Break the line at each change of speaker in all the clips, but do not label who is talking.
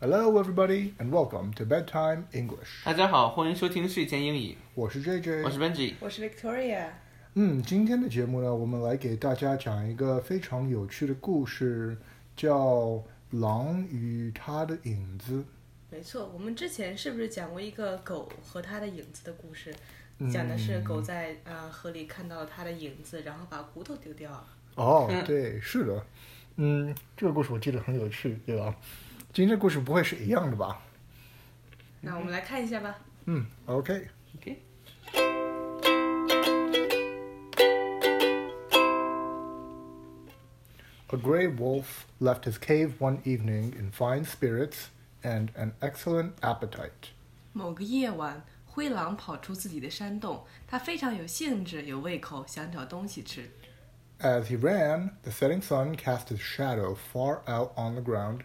Hello, everybody, and welcome to bedtime English.
大家好，欢迎收听睡前英语，
我是
我
JJ
是。Benji。
我是 Victoria，
嗯，今天的节目呢，我们来给大家讲一个非常有趣的故事，叫《狼与它的影子
没错，我们之前是不是讲过一个狗和它的影子的故事？讲的是狗在呃河里看到了它的影子，然后把骨头丢掉了。》。
哦
嗯，
对，是的。嗯，这个故事我记得很有趣，对吧？今天的故事不会是一样的吧？
那我们来看一下吧。
嗯，OK。
OK，
A grey wolf left his cave one evening in fine spirits and an excellent appetite.
某个夜晚，灰狼跑出自己的山洞，它非常有兴致、有胃口，想找东西吃。
As he ran, the setting sun cast his shadow far out on the ground,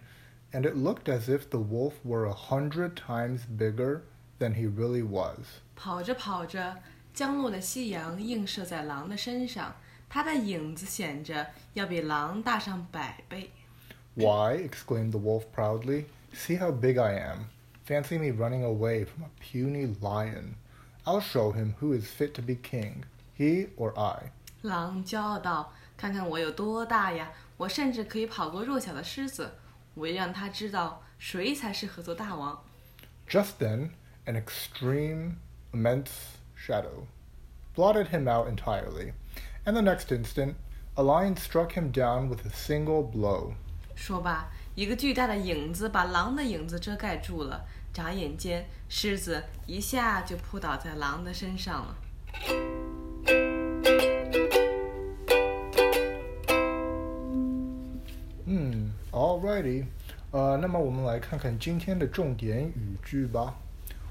and it looked as if the wolf were a hundred times bigger than he really was.
跑着跑着，降落的夕阳映射在狼的身上，它的影子显着要比狼大上百倍。
Why, exclaimed the wolf proudly, see how big I am. Fancy me running away from a puny lion. I'll show him who is fit to be king, he or I.
狼骄傲道：“看看我有多大呀！我甚至可以跑过弱小的狮子。我要让它知道谁才适合做大王。
Just then, an extreme, immense shadow blotted him out entirely, and the next instant, a lion struck him down with a single blow. ”
说罢，一个巨大的影子把狼的影子遮盖住了。眨眼间，狮子一下就扑倒在狼的身上了。
嗯，Alrighty，呃，那么我们来看看今天的重点语句吧。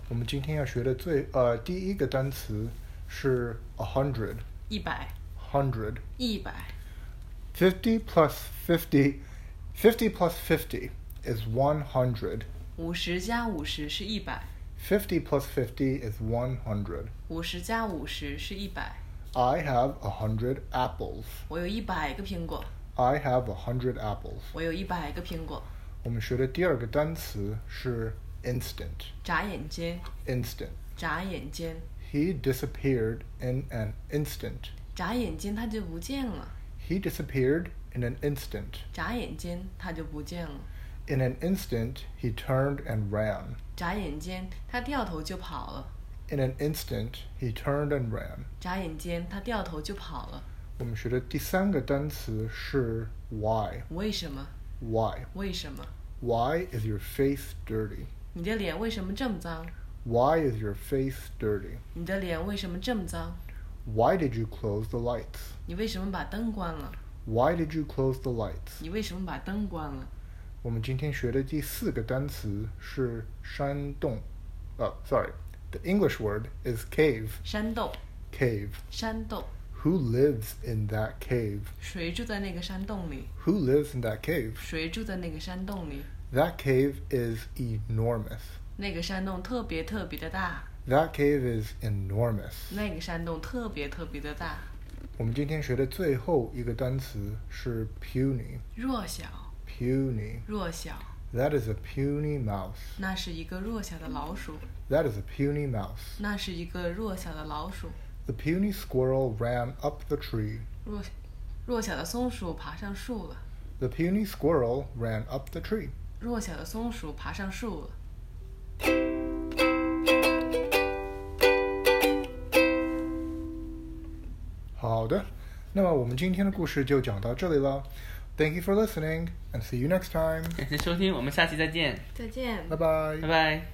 我们今天要学的最呃第一个单词是 a hundred，hundred
一百，
hundred
一百，
fifty plus fifty，fifty plus fifty is one hundred，fifty
五十加五十是一百，
plus fifty is one hundred。
五十加五十是一百。
I have a hundred apples.
我有一百个苹果，
I have a hundred apples.
我有一百个苹果。
我们学的第二个单词是 instant.
眨眼间，
Instant.
眨眼间，
He disappeared in an instant.
眨眼间，它就不见了。
He disappeared in an instant.
眨眼间它就不见了，
In an instant, he turned and ran.
眨眼间它掉头就跑了，
In an instant, he turned and ran.
眨眼间它掉头就跑了。
我们学的第三个单词是 why.
为什么？
Why?
为什么？
Why is your face dirty?
你的脸为什么这么脏？
Why is your face dirty?
你的脸为什么这么脏？
Why did you close the lights?
你为什么把灯关了？
Why did you close the lights？
你为什么把灯关了？
我们今天学的第四个单词是山洞。呃、s o r r y the English word is cave.
山洞，
Cave.
山洞，
Who lives in that cave?
谁住在那个山洞里？
Who lives in that cave?
谁住在那个山洞里？
That cave is enormous.
那个山洞特别特别的大，
That cave is enormous.
那个山洞特别特别的大，
我们今天学的最后一个单词是 puny.
弱小，
Puny.
弱小，
That is a puny mouse.
那是一个弱小的老鼠，
That is a puny mouse.
那是一个弱小的老鼠。
The puny squirrel ran up the tree.
弱弱小的松鼠爬上树了，
The puny squirrel ran up the tree.
弱小的松鼠爬上树了。
好的，那么我们今天的故事就讲到这里了。Thank you for listening, and see you next time.
感谢收听，我们下期再见，
再见
Bye bye.
拜拜。